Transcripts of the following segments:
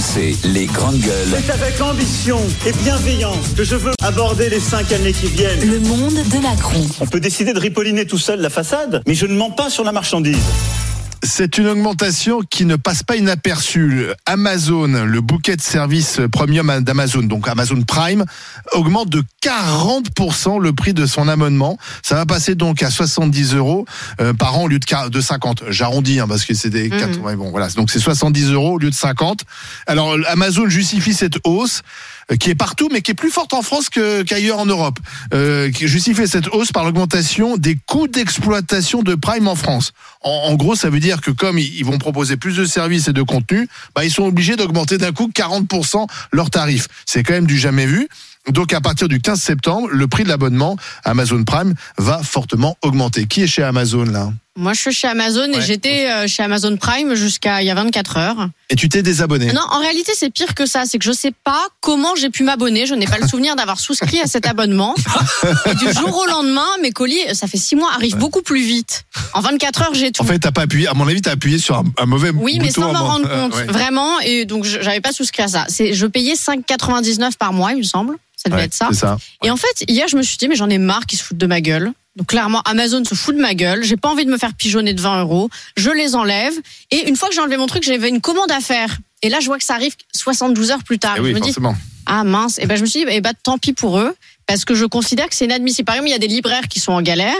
C'est les grandes gueules. C'est avec ambition et bienveillance que je veux aborder les cinq années qui viennent. Le monde de Macron. On peut décider de ripolliner tout seul la façade, mais je ne mens pas sur la marchandise. C'est une augmentation qui ne passe pas inaperçue. Amazon, le bouquet de services premium d'Amazon, donc Amazon Prime, augmente de 40% le prix de son abonnement. Ça va passer donc à 70 euros euh, par an au lieu de, de 50. J'arrondis hein, parce que c'est des 4, ouais, bon voilà, donc c'est 70 euros au lieu de 50. Alors Amazon justifie cette hausse euh, qui est partout, mais qui est plus forte en France que- qu'ailleurs en Europe, euh, qui justifie cette hausse par l'augmentation des coûts d'exploitation de Prime en France. En, en gros, ça veut dire que comme ils ils vont proposer plus de services et de contenus, bah, ils sont obligés d'augmenter d'un coup 40% leurs tarifs. C'est quand même du jamais vu. Donc à partir du 15 septembre, le prix de l'abonnement Amazon Prime va fortement augmenter. Qui est chez Amazon là Moi, je suis chez Amazon et Ouais. j'étais euh, chez Amazon Prime jusqu'à il y a 24 heures. Et tu t'es désabonné. Non, en réalité, c'est pire que ça. C'est que je sais pas comment j'ai pu m'abonner. Je n'ai pas le souvenir d'avoir souscrit à cet abonnement. Et du jour au lendemain, mes colis, ça fait six mois, arrivent beaucoup plus vite. En 24 heures, j'ai tout. En fait, t'as pas appuyé. À mon avis, t'as appuyé sur un, un mauvais oui, mais bouton sans à m'en moi. rendre Euh, compte, ouais. vraiment. Et donc, je- j'avais pas souscrit à ça. C'est, je payais 5,99 par mois, il me semble. Ça devait Ouais, être ça. C'est ça. Et en fait, hier, je me suis dit, mais j'en ai marre qu'ils se foutent de ma gueule. Donc clairement, Amazon se fout de ma gueule. J'ai pas envie de me faire pigeonner de 20 euros. Je les enlève. Et une fois que j'ai enlevé mon truc, j'avais une commande à faire. Et là, je vois que ça arrive 72 heures plus tard. Eh oui, je me dis, forcément. ah mince. Et ben, je me suis dit, eh ben, tant pis pour eux. Parce que je considère que c'est inadmissible. Par exemple, il y a des libraires qui sont en galère.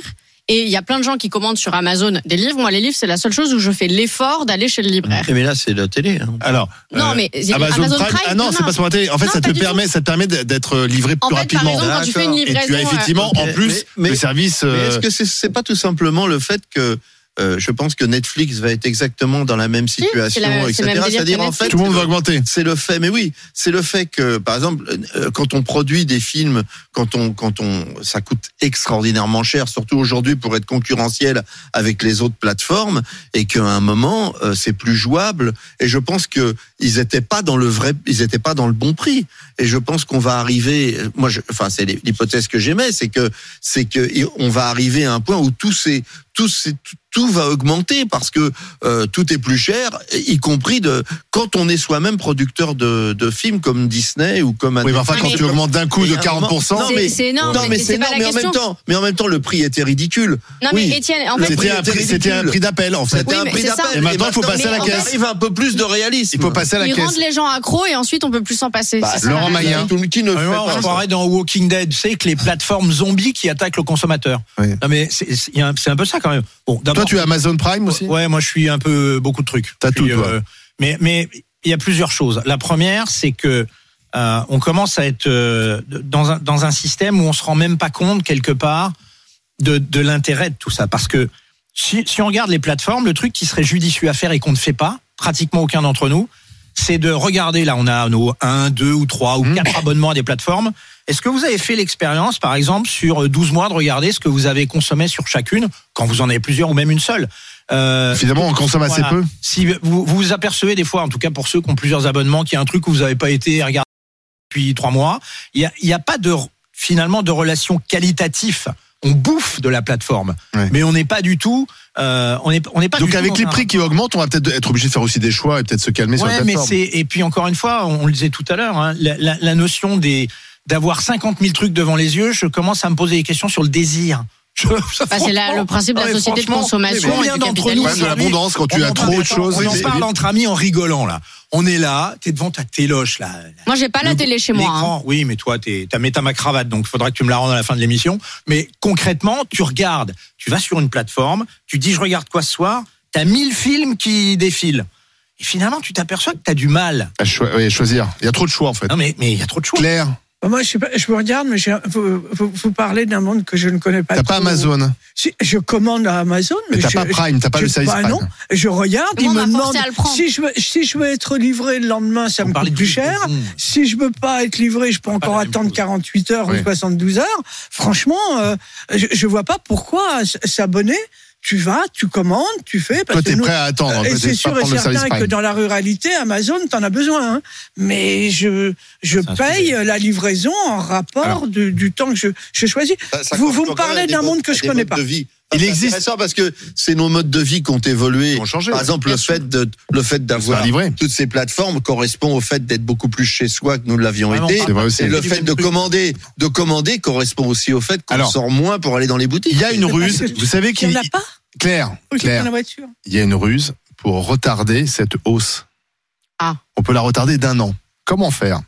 Et il y a plein de gens qui commandent sur Amazon des livres. Moi, les livres, c'est la seule chose où je fais l'effort d'aller chez le libraire. Mais là, c'est la télé. hein. Alors, Non, euh, mais il y a Amazon, Prime, Ah ah non, c'est pas sur la télé. En fait, Non, ça pas te du permet, ça te permet d- d'être livré En plus fait, par rapidement. exemple, quand tu fais une Et livraison. tu as euh, effectivement euh, en plus mais- le mais- service. Mais est-ce euh, que c'est c'est pas tout simplement le fait que euh, je pense que Netflix va être exactement dans la même c'est la- situation, c'est le même etc. délire C'est-à-dire que en fait, Tout le monde va le- augmenter. c'est le fait, mais oui, c'est le fait que, par exemple, euh, quand on produit des films, quand on, quand on, ça coûte extraordinairement cher, surtout aujourd'hui pour être concurrentiel avec les autres plateformes, et qu'à un moment, euh, c'est plus jouable. Et je pense que ils étaient pas dans le vrai, ils étaient pas dans le bon prix. Et je pense qu'on va arriver, euh, moi, je, enfin, c'est l'hypothèse que j'aimais, c'est que, c'est que, on va arriver à un point où tous ces, tous ces, tout- tout va augmenter parce que euh, tout est plus cher, y compris de quand on est soi-même producteur de, de films comme Disney ou comme. Oui, mais enfin, Ah, quand mais- tu augmentes d'un coup de Mais à un moment- 40%, Non, C'est- mais- c'est énorme. non mais c'est pas énorme, la mais en même question. temps, mais en même temps, le prix était ridicule. Non, mais Oui. Étienne, en fait, c'était un prix prix, était c'était un ridicule. prix d'appel en fait. C'était Oui, un mais prix c'est d'appel. ça. Et maintenant, il faut passer à la on caisse. arrive à un peu plus de réalisme. Il faut passer à la Ils caisse. rendent les gens accros et ensuite on peut plus s'en passer. Bah, C'est ça, Laurent la Maillard. raison. Tout le- Ah, qui ne fait Ouais, on pas se ça. croirait dans Walking Dead, tu sais, que les plateformes zombies qui attaquent le consommateur. Oui. Non, mais c'est c'est- il y a un c'est un peu ça quand même. Bon, Toi, d'abord. tu as Amazon Prime aussi Ouais, moi je suis un peu euh, beaucoup de trucs. T'as Je suis, euh, tout, toi. mais mais il y a plusieurs choses. La première, c'est que euh, on commence à être euh, dans un dans un système où on se rend même pas compte quelque part de de l'intérêt de tout ça parce que si si on regarde les plateformes, le truc qui serait judicieux à faire et qu'on ne fait pas, pratiquement aucun d'entre nous, c'est de regarder là, on a nos 1, 2 ou 3 ou 4 abonnements à des plateformes. Est-ce que vous avez fait l'expérience, par exemple, sur 12 mois de regarder ce que vous avez consommé sur chacune, quand vous en avez plusieurs ou même une seule Euh, Finalement, on consomme assez voilà. peu. Si vous vous vous apercevez des fois, en tout cas pour ceux qui ont plusieurs abonnements, qu'il y a un truc où vous n'avez pas été regardé depuis trois mois, il n'y a, il y a pas de finalement de relation qualitative. On bouffe de la plateforme, Ouais. mais on n'est pas du tout. euh, on n'est on n'est pas. du Donc tout avec dans les un- prix qui augmentent, on va peut-être être obligé de faire aussi des choix et peut-être se calmer sur la Ouais, mais plateforme. c'est et puis encore une fois, on, on le disait tout à l'heure, hein, la, la- la notion des d'avoir 50 000 trucs devant les yeux, je commence à me poser des questions sur le désir. Je- ça, Bah, c'est là franchement, le principe de non, la mais société de franchement, consommation. mais combien et du d'entre nous capitalisme. Ouais, de l'abondance quand tu on as en trop parle- de choses. On en Mais- parle entre amis en rigolant là. On est là, t'es devant ta téloche là. Moi, j'ai pas la Le- télé chez moi. hein. l'écran, Oui, mais toi, t'es- t'as mis ta ma cravate, donc faudra que tu me la rendes à la fin de l'émission. Mais concrètement, tu regardes, tu vas sur une plateforme, tu dis je regarde quoi ce soir, t'as 1000 films qui défilent. Et finalement, tu t'aperçois que t'as du mal. À cho- ouais, choisir. Il y a trop de choix en fait. Non, mais mais il y a trop de choix. Claire, Moi, je, sais pas, je me regarde, mais j'ai- vous, vous, vous parlez d'un monde que je ne connais pas. t'as pas trop. Amazon, Si, je commande à Amazon, mais t'as je- pas Prime, t'as pas je- le service bah Prime. non, je regarde, Tout le il monde me m'a forcé demande à le prendre. si je, veux, si je veux être livré le lendemain, ça me parlait coûte de plus cuisine. cher. Si je veux pas être livré, je peux pas encore la même attendre chose. 48 heures Oui. ou 72 heures. Franchement, euh, je, je vois pas pourquoi s- s'abonner. Tu vas, tu commandes, tu fais. parce Toi, que t'es nous- prêt à attendre. et peut-être c'est pas sûr et prendre le service certain que Prime. dans la ruralité, Amazon, t'en as besoin. hein. Mais je, je C'est un paye la livraison en rapport Alors. du, du temps que je, je choisis. Ça- ça vous correspond vous me quand même à parlez des d'un modes- monde que à je des connais modes pas. de vie. Il C'est existe. intéressant parce que c'est nos modes de vie qui ont évolué. Ils ont changé, Par exemple, bien le fait de, le fait Voilà. d'avoir Livré. toutes ces plateformes correspond au fait d'être beaucoup plus chez soi que nous l'avions Ah Vraiment, été. on C'est vrai aussi. Et le du fait même de truc. commander, de commander correspond aussi au fait qu'on Alors, sort moins pour aller dans les boutiques. Il y a une ruse. Vous savez Il qu'il n'y en a pas Claire, Ou c'est dans Claire, la voiture il y a une ruse pour retarder cette hausse. Ah. On peut la retarder d'un an. Comment faire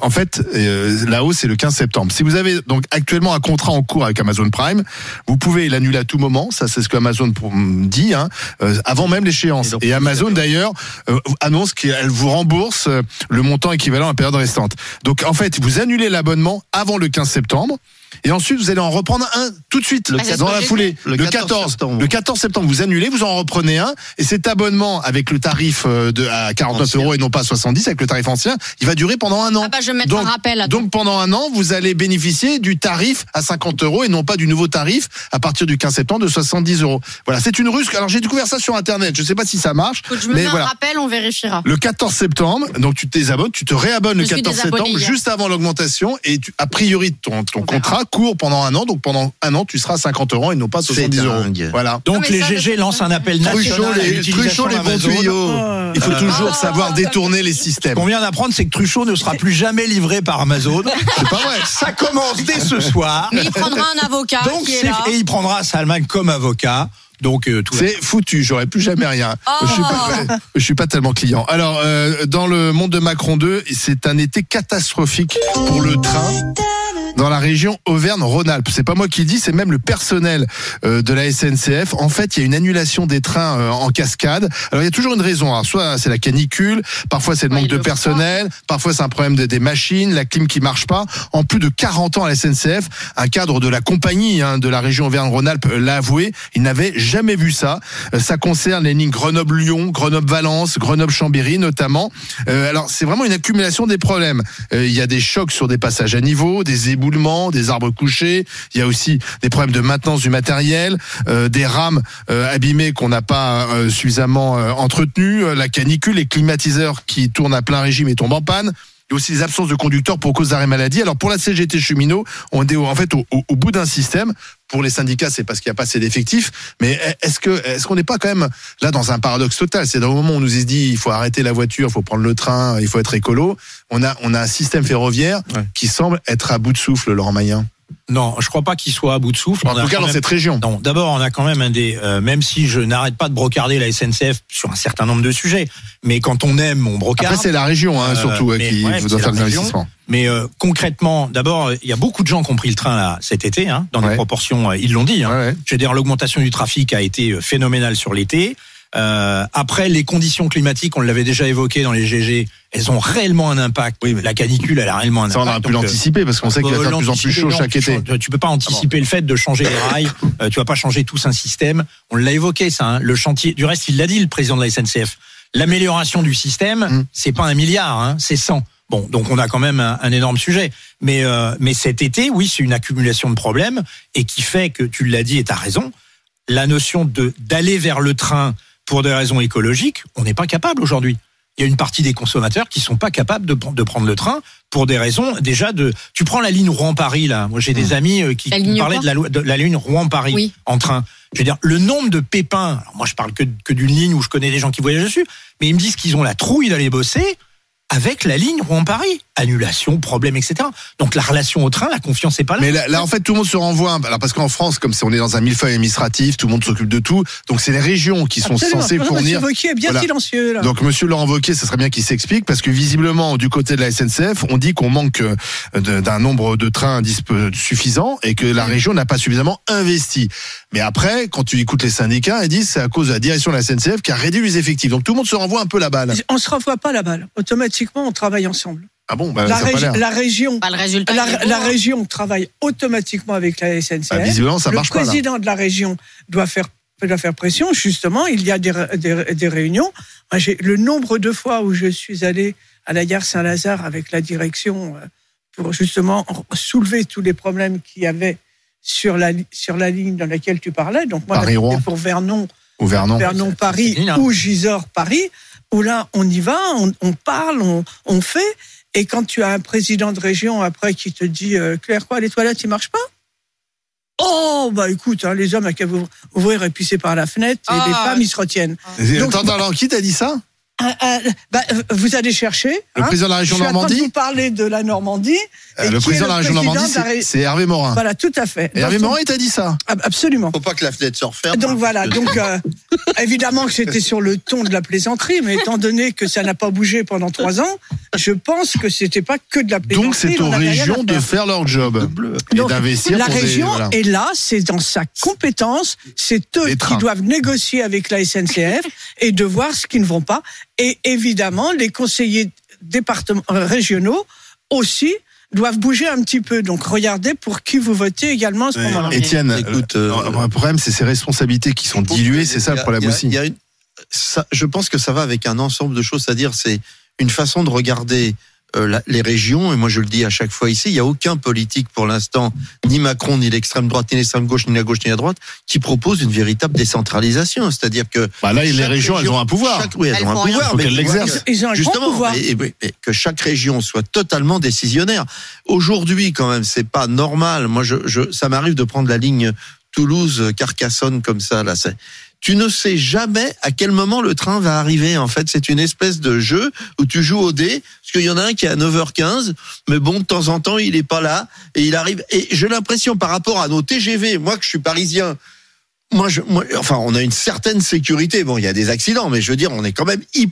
En fait, euh, la hausse c'est le 15 septembre. Si vous avez donc actuellement un contrat en cours avec Amazon Prime, vous pouvez l'annuler à tout moment. Ça, c'est ce que Amazon pour- dit hein, euh, avant même Et l'échéance. donc, Et, Amazon d'ailleurs euh, annonce qu'elle vous rembourse euh, le montant équivalent à la période restante. Donc en fait, vous annulez l'abonnement avant le 15 septembre. Et ensuite, vous allez en reprendre un tout de suite, Ah, c'est ce dans que la j'ai foulée. Le 14 septembre. le 14 septembre, vous annulez, vous en reprenez un, et cet abonnement avec le tarif euh, de à 49 Ancien. euros et non pas 70 avec le tarif ancien, il va durer pendant un an. Ah bah, je vais mettre Donc- un rappel. attends. Donc pendant un an, vous allez bénéficier du tarif à 50 euros et non pas du nouveau tarif à partir du 15 septembre de 70 euros. Voilà, c'est une ruse. Alors j'ai découvert ça sur Internet. Je sais pas si ça marche, Écoute, je me mais mets un voilà. rappel, on vérifiera. Le 14 septembre, donc tu te désabonnes, tu te réabonnes Je le suis 14 désabonnée septembre, hier. juste avant l'augmentation, et tu, a priori ton, ton On verra. contrat court pendant un an, donc pendant un an tu seras à 50 euros et non pas C'est 70 euros. dingue. Voilà. Donc mais les ça, GG je- lancent un appel Truchot, national à les, l'utilisation Truchot, les bons d'Amazon. tuyaux. Oh. Il faut Euh, toujours ah, savoir ah, détourner les systèmes. Ce qu'on vient d'apprendre, c'est que Truchot ne sera plus jamais livré par Amazon. C'est pas vrai. Ça commence dès ce soir. Mais il prendra un avocat Donc, qui est c'est- là. et il prendra Salman comme avocat. Donc, euh, tout va C'est foutu, j'aurai plus jamais rien. Oh. Je, suis pas, je suis pas tellement client. Alors, euh, dans le monde de Macron 2, c'est un été catastrophique pour le train dans la région Auvergne-Rhône-Alpes. C'est pas moi qui le dis, c'est même le personnel euh, de la SNCF. En fait, il y a une annulation des trains euh, en cascade. Alors, il y a toujours une raison. Alors, soit c'est la canicule, parfois c'est le Ouais, manque il de le froid. personnel, parfois c'est un problème de- des machines, la clim qui marche pas. En plus de 40 ans à la SNCF, un cadre de la compagnie hein, de la région Auvergne-Rhône-Alpes euh, l'a avoué, il n'avait jamais vu ça. Euh, Ça concerne les lignes Grenoble-Lyon, Grenoble-Valence, Grenoble-Chambéry notamment. Euh, alors c'est vraiment une accumulation des problèmes. Euh, Il y a des chocs sur des passages à niveau, des éboulements, des arbres couchés. Il y a aussi des problèmes de maintenance du matériel, euh, des rames euh, abîmées qu'on n'a pas euh, suffisamment euh, entretenues, euh, la canicule, les climatiseurs qui tournent à plein régime et tombent en panne. Il y a aussi des absences de conducteurs pour cause d'arrêt maladie. Alors pour la CGT cheminot, on est au- en fait au, au- au bout d'un système. Pour les syndicats, c'est parce qu'il n'y a pas assez d'effectifs. Mais est-ce que est-ce qu'on n'est pas quand même là dans un paradoxe total C'est dans le moment où on nous est dit il faut arrêter la voiture, il faut prendre le train, il faut être écolo. On a on a un système ferroviaire Ouais. qui semble être à bout de souffle, Laurent Mayen. Non, je crois pas qu'il soit à bout de souffle. En On a tout cas quand dans même- cette région. Non, d'abord, on a quand même un des. euh, même si je n'arrête pas de brocarder la SNCF sur un certain nombre de sujets, mais quand on aime, on brocarde. Après c'est la région hein, Euh, surtout hein, mais qui ouais, vous c'est doit la faire des région. investissements. mais euh, concrètement, d'abord, il y a beaucoup de gens qui ont pris le train là, cet été, hein, dans Ouais. des proportions, euh, ils l'ont dit. hein. Ouais, ouais. Je veux dire, l'augmentation du trafic a été euh, phénoménale sur l'été. Euh, après, les conditions climatiques, on l'avait déjà évoqué dans les GG, elles ont réellement un impact. La canicule, elle a réellement un Ça on impact. aurait pu Donc, euh, l'anticiper parce qu'on sait qu'il va euh, faire de plus en plus l'anticiper, chaud non, chaque tu été. Ah changes- Tu peux pas anticiper le fait de changer les rails. euh, tu vas pas changer tout un système. On l'a évoqué ça. hein, le chantier. Du reste, il l'a dit le président de la SNCF. L'amélioration du système, Mm. c'est pas un milliard, hein, c'est 100. Bon, donc on a quand même un, un énorme sujet. Mais euh, mais cet été, oui, c'est une accumulation de problèmes et qui fait que tu l'as dit et t'as raison. La notion de d'aller vers le train pour des raisons écologiques, on n'est pas capable aujourd'hui. Il y a une partie des consommateurs qui sont pas capables de, pr- de prendre le train pour des raisons déjà de. Tu prends la ligne Rouen-Paris là. Moi, j'ai des amis euh, qui, Mmh. La qui ligne me parlaient quoi de la, loi- de la ligne Rouen-Paris Oui. en train. Je veux dire, le nombre de pépins. Alors moi, je parle que, que d'une ligne où je connais des gens qui voyagent dessus, mais ils me disent qu'ils ont la trouille d'aller bosser avec la ligne Rouen-Paris. Annulation, problème, etc. Donc la relation au train, la confiance n'est pas là. Mais là, là, en fait, tout le monde se renvoie. un peu. Alors, parce qu'en France, comme c'est- on est dans un millefeuille administratif, tout le monde s'occupe de tout. Donc, c'est les régions qui sont Absolument. censées Vraiment, fournir. Monsieur Wauquiez est bien Voilà. silencieux, là. Donc, monsieur Laurent Wauquiez, ça serait bien qu'il s'explique, parce que visiblement, du côté de la SNCF, on dit qu'on manque euh, de- d'un nombre de trains disp- suffisant et que la région n'a pas suffisamment investi. Mais après, quand tu écoutes les syndicats, ils disent c'est à cause de la direction de la SNCF qui a réduit les effectifs. Donc, tout le monde se renvoie un peu la balle. On se renvoie pas la balle. Automatiquement, on travaille ensemble. Ah bon, bah, ça la, a pas régi- l'air. la région, Bah, le résultat. la, il est beau, la hein. région travaille automatiquement avec la SNCF. Bah, visiblement, ça le marche pas. Là. président de la région doit faire doit faire pression. Justement, il y a des, ré- des, ré- des réunions. Moi, j'ai- le nombre de fois où je suis allé à la gare Saint-Lazare avec la direction euh, pour justement r- soulever tous les problèmes qu'il y avait sur la li- sur la ligne dans laquelle tu parlais. Donc moi, Paris-Rouen. c'était pour Vernon, Au Vernon. Vernon Paris c'est fini, là. ou Gisors Paris, où là on y va, on, on parle, on, on fait. Et quand tu as un président de région après qui te dit euh, Claire quoi, les toilettes, ils marchent pas. Oh, bah écoute, hein, les hommes à qu'à vous- ouvrir et pisser par la fenêtre, et Ah, les femmes, ouais. ils se retiennent. Attends, Donc- attends, alors, qui t'a dit ça Ah, ah, bah, euh, vous allez chercher. Le hein. président de la Je région suis en train de Normandie vous parler de la Normandie. Euh, Et Le qui président est de la région président Normandie, de la c'est ré- c'est Hervé Morin. Voilà, tout à fait. Et Dans Hervé son- Morin, il t'a dit ça Ah, Absolument. Faut pas que la fenêtre se referme. hein, Donc voilà, parce que- donc euh, évidemment que c'était sur le ton de la plaisanterie, mais étant donné que ça n'a pas bougé pendant trois ans, je pense que c'était pas que de la plaisanterie. Donc c'est on aux n'avait rien à régions de faire. faire leur job et Donc, d'investir La pour des- région voilà. est là, c'est dans sa compétence, c'est eux Les trains. qui doivent négocier avec la SNCF et de voir ce qu'ils ne vont pas. Et évidemment, les conseillers département- euh, régionaux aussi doivent bouger un petit peu. Donc regardez pour qui vous votez également à ce Ouais. moment-là. Étienne, Écoute, euh, euh, le problème c'est ces responsabilités qui sont Je pense diluées, que c'est ça il y le a- problème il y a- aussi. il y a une- ça- je pense que ça va avec un ensemble de choses, c'est-à-dire c'est une façon de regarder euh, la- les régions, et moi je le dis à chaque fois ici, il n'y a aucun politique pour l'instant, ni Macron, ni l'extrême droite, ni l'extrême gauche, ni la gauche, ni la droite, qui propose une véritable décentralisation. C'est-à-dire que Bah là, les chaque régions, elles région- ont un pouvoir. chaque- oui, elles, Elles ont font un rien. pouvoir, Faut mais qu'elles tu vois l'exercent. que- Ils ont un grand Justement, pouvoir. et, et- mais- mais que chaque région soit totalement décisionnaire. Aujourd'hui, quand même, c'est pas normal. Moi, je, je- ça m'arrive de prendre la ligne Toulouse-Carcassonne comme ça. Là, c'est. Tu ne sais jamais à quel moment le train va arriver. En fait, c'est une espèce de jeu où tu joues au dé, parce qu'il y en a un qui est à 9h15, mais bon, de temps en temps, il n'est pas là et il arrive. Et j'ai l'impression, par rapport à nos TGV, moi que je suis parisien, moi, je, moi, enfin, on a une certaine sécurité. Bon, il y a des accidents, mais je veux dire, on est quand même hyper,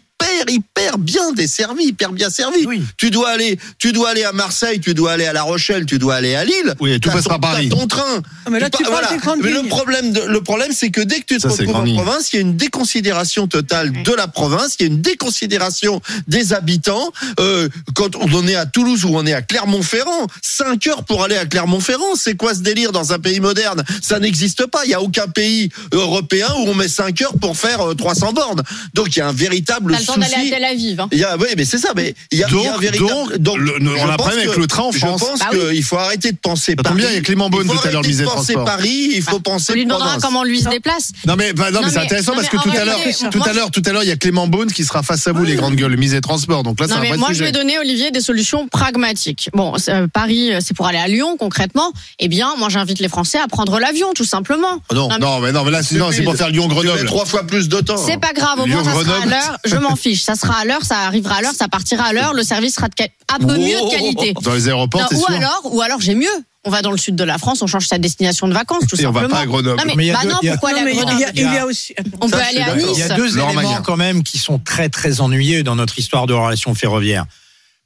hyper bien desservi, hyper bien servi. Tu dois aller, tu dois aller à Marseille, tu dois aller à La Rochelle, tu dois aller à Lille. Oui, et tout T'as passe ton- par Paris. t'as Ton train. Ah, Mais là, Tu tu par- parles voilà. des grandes Mais le lignes. problème, de- le problème, c'est que dès que tu te Ça, c'est retrouves grand en ligne. province, il y a une déconsidération totale Ouais. de la province, il y a une déconsidération des habitants. Euh, quand on en est à Toulouse ou on est à Clermont-Ferrand, 5 heures pour aller à Clermont-Ferrand, c'est quoi ce délire dans un pays moderne Ça n'existe pas. Il y a aucun pays européen où on met 5 heures pour faire euh, 300 bornes. Donc il y a un véritable T'as le temps d'aller à souci. Tel Aviv. hein. Il y a, oui, mais c'est ça. Mais il y a, il y a un Donc, véritable. donc, le- le- je on a un pense problème avec que- le train en France. Je pense Bah oui. qu'il faut arrêter de penser Ça tombe Paris. bien, il y a Clément Beaune Il faut tout à l'heure, arrêter ministre de des penser Transports. Paris, il faut Bah, On penser lui demandera province. comment lui se déplace. Non mais, bah, non, Non, mais c'est mais- intéressant non, parce que mais tout à regardez, l'heure, moi, tout à je- l'heure, tout à l'heure, il y a Clément Beaune qui sera face à vous, les grandes gueules, mise et transport. Donc là, c'est Non, un mais vrai moi, je sujet. vais donner, Olivier, des solutions pragmatiques. Bon, c'est, euh, Paris, euh, c'est pour aller à Lyon, concrètement. Eh bien, moi, j'invite les Français à prendre l'avion, tout simplement. Oh Non, non, Ah Non, mais non, mais là, c'est non, c'est pour faire Tu mets Lyon-Grenoble. Euh, trois fois plus de temps. C'est pas grave, au moins, ça sera à Oh. Lyon-Grenoble. l'heure. Je m'en fiche. Ça sera à l'heure, ça arrivera à l'heure, ça partira à l'heure, le service sera de quali- un peu mieux de qualité. Dans les aéroports, Non, c'est ou, sûr. alors, ou alors, j'ai mieux. On va dans le sud de la France, on change sa destination de vacances, tout Et on simplement. va pas à Grenoble. Non, mais, Mais il y a bah deux- non, il y a- pourquoi Non, aller mais à il y Grenoble a- il y a aussi. On Ça, peut je aller suis à d'accord. Nice. Il y a deux Laurent éléments Magnin. quand même qui sont très très ennuyeux dans notre histoire de relations ferroviaires.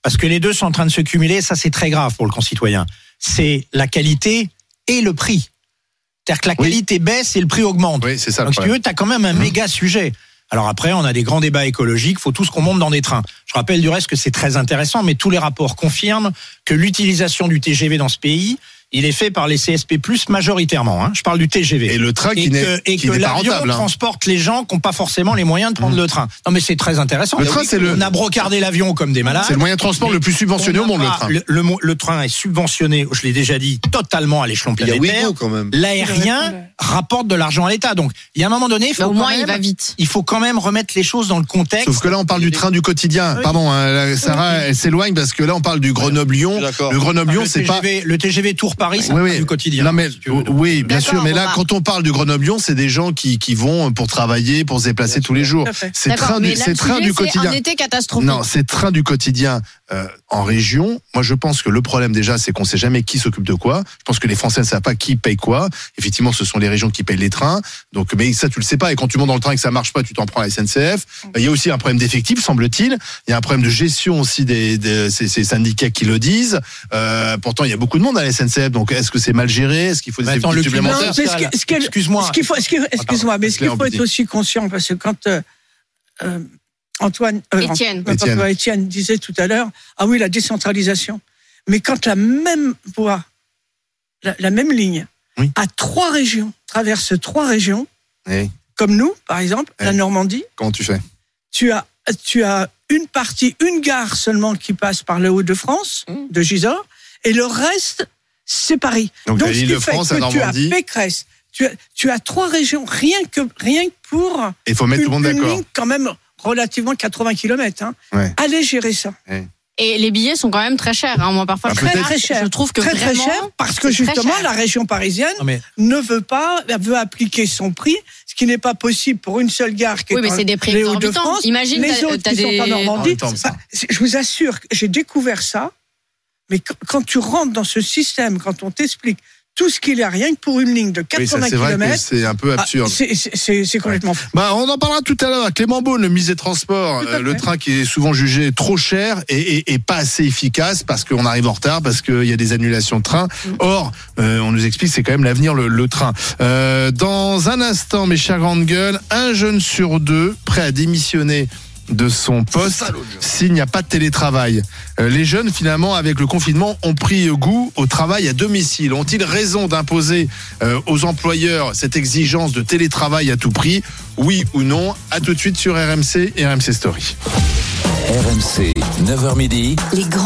Parce que les deux sont en train de se cumuler, ça c'est très grave pour le concitoyen. C'est la qualité et le prix. C'est-à-dire que la Oui. qualité baisse et le prix augmente. Oui, c'est Mmh. ça le Donc si tu problème. veux, tu as quand même un méga sujet. Alors après, on a des grands débats écologiques, faut tous qu'on monte dans des trains. Je rappelle du reste que c'est très intéressant, mais tous les rapports confirment que l'utilisation du TGV dans ce pays, il est fait par les CSP+, majoritairement. hein. Je parle du TGV Et le train qui et n'est que, et qui que n'est pas l'avion rentable. hein. Mmh. transporte les gens qui n'ont pas forcément les moyens de prendre le train. Non, mais c'est très intéressant. Le train, c'est le- On a brocardé l'avion comme des malades. C'est le moyen de transport le plus subventionné On au n'a monde, le pas- train. Le, le mo- le train est subventionné, je l'ai déjà dit, totalement à l'échelon Il y a planétaire. Ouigo quand même. L'aérien rapporte de l'argent à l'État. Donc, il y a un moment donné, il faut, Mais au quand moins, il même- va vite. il faut quand même remettre les choses dans le contexte. Sauf que là, on parle du train du quotidien. Pardon, hein, là, Sarah, elle s'éloigne parce que là, on parle du Grenoble-Lyon. d'accord. Le Enfin, Grenoble-Lyon, Ah, le c'est pas. TGV Le TGV Tour Paris, c'est Oui, un oui. train du quotidien. Non, mais, si tu veux. oui, bien D'accord, sûr. Mais on là, va- quand on parle du Grenoble-Lyon, c'est des gens qui, qui vont pour travailler, pour se déplacer tous les jours. Tout à fait. C'est D'accord, train mais du, là, c'est le train sujet, du C'est quotidien. un été catastrophique. Non, c'est train du quotidien euh, en région. Moi, je pense que le problème déjà, c'est qu'on sait jamais qui s'occupe de quoi. Je pense que les Français ne savent pas qui paye quoi. Effectivement, ce sont les régions qui payent les trains. Donc, mais ça, tu le sais pas. Et quand tu montes dans le train et que ça marche pas, tu t'en prends à la SNCF. Il y a aussi un problème d'effectif, semble-t-il. Il y a un problème de gestion aussi des, des- ces, ces syndicats qui le disent. Euh, pourtant, il y a beaucoup de monde à la SNCF. Donc, est-ce que c'est mal géré Est-ce qu'il faut des Mais Bah, attends, effectifs le Non, supplémentaires climat- mais ce que- ce que- Excuse-moi. Ce qu'il faut, ce qu'il- excuse-moi, mais ce qu'il Claire, faut être petit. aussi conscient, parce que quand euh, euh, Antoine, euh, Étienne. quand Étienne. Antoine Étienne disait tout à l'heure, ah oui, la décentralisation. Mais quand la même voie, la, la même ligne, Oui. à trois régions, traverse trois régions, Eh, comme nous, par exemple, la Oui. Normandie, Comment tu fais tu as, tu as une partie, une gare seulement qui passe par le Haut-de-France, Mm. de Gisors, et le reste, c'est Paris. Donc, Donc, il y a ce qui fait l'Île-de-France, que la tu as Normandie. Pécresse, tu as, tu as trois régions, rien que, rien que pour Il faut mettre une, tout le monde une d'accord. ligne quand même relativement 80 km. Hein. Ouais. Allez gérer ça. Ouais. Et les billets sont quand même très chers. Hein. Moi, parfois, Bah, je- peut-être- Très, très cher. Je trouve que très très vraiment, cher parce que c'est très justement cher. la région parisienne Non, mais ne veut pas veut appliquer son prix, ce qui n'est pas possible pour une seule gare qui Oui, est mais en- c'est des prix les exorbitants. Hauts-de-France, Imagine, les t'as autres t'as qui des. Ah, sont en En Normandie. même temps, ça. Enfin, c'est- je vous assure, que j'ai découvert ça, mais qu- quand tu rentres dans ce système, quand on t'explique tout ce qu'il y a rien que pour une ligne de Oui, ça, 80 c'est vrai que km, c'est un peu Ah, absurde. c'est complètement fou. Bah, on en parlera tout à l'heure. Clément Beaune, le ministre des Transports, Tout à euh, le fait. train qui est souvent jugé trop cher et, et- et pas assez efficace parce qu'on arrive en retard, parce qu'il y a des annulations de train. Or, euh, on nous explique c'est quand même l'avenir le, le train. Euh, dans un instant, mes chers grandes gueules, un jeune sur deux prêt à démissionner de son poste s'il n'y a pas de télétravail. Euh, les jeunes, finalement, avec le confinement, ont pris goût au travail à domicile. Ont-ils raison d'imposer euh, aux employeurs cette exigence de télétravail à tout prix Oui ou non À tout de suite sur RMC et RMC Story. RMC, 9h midi. Les grands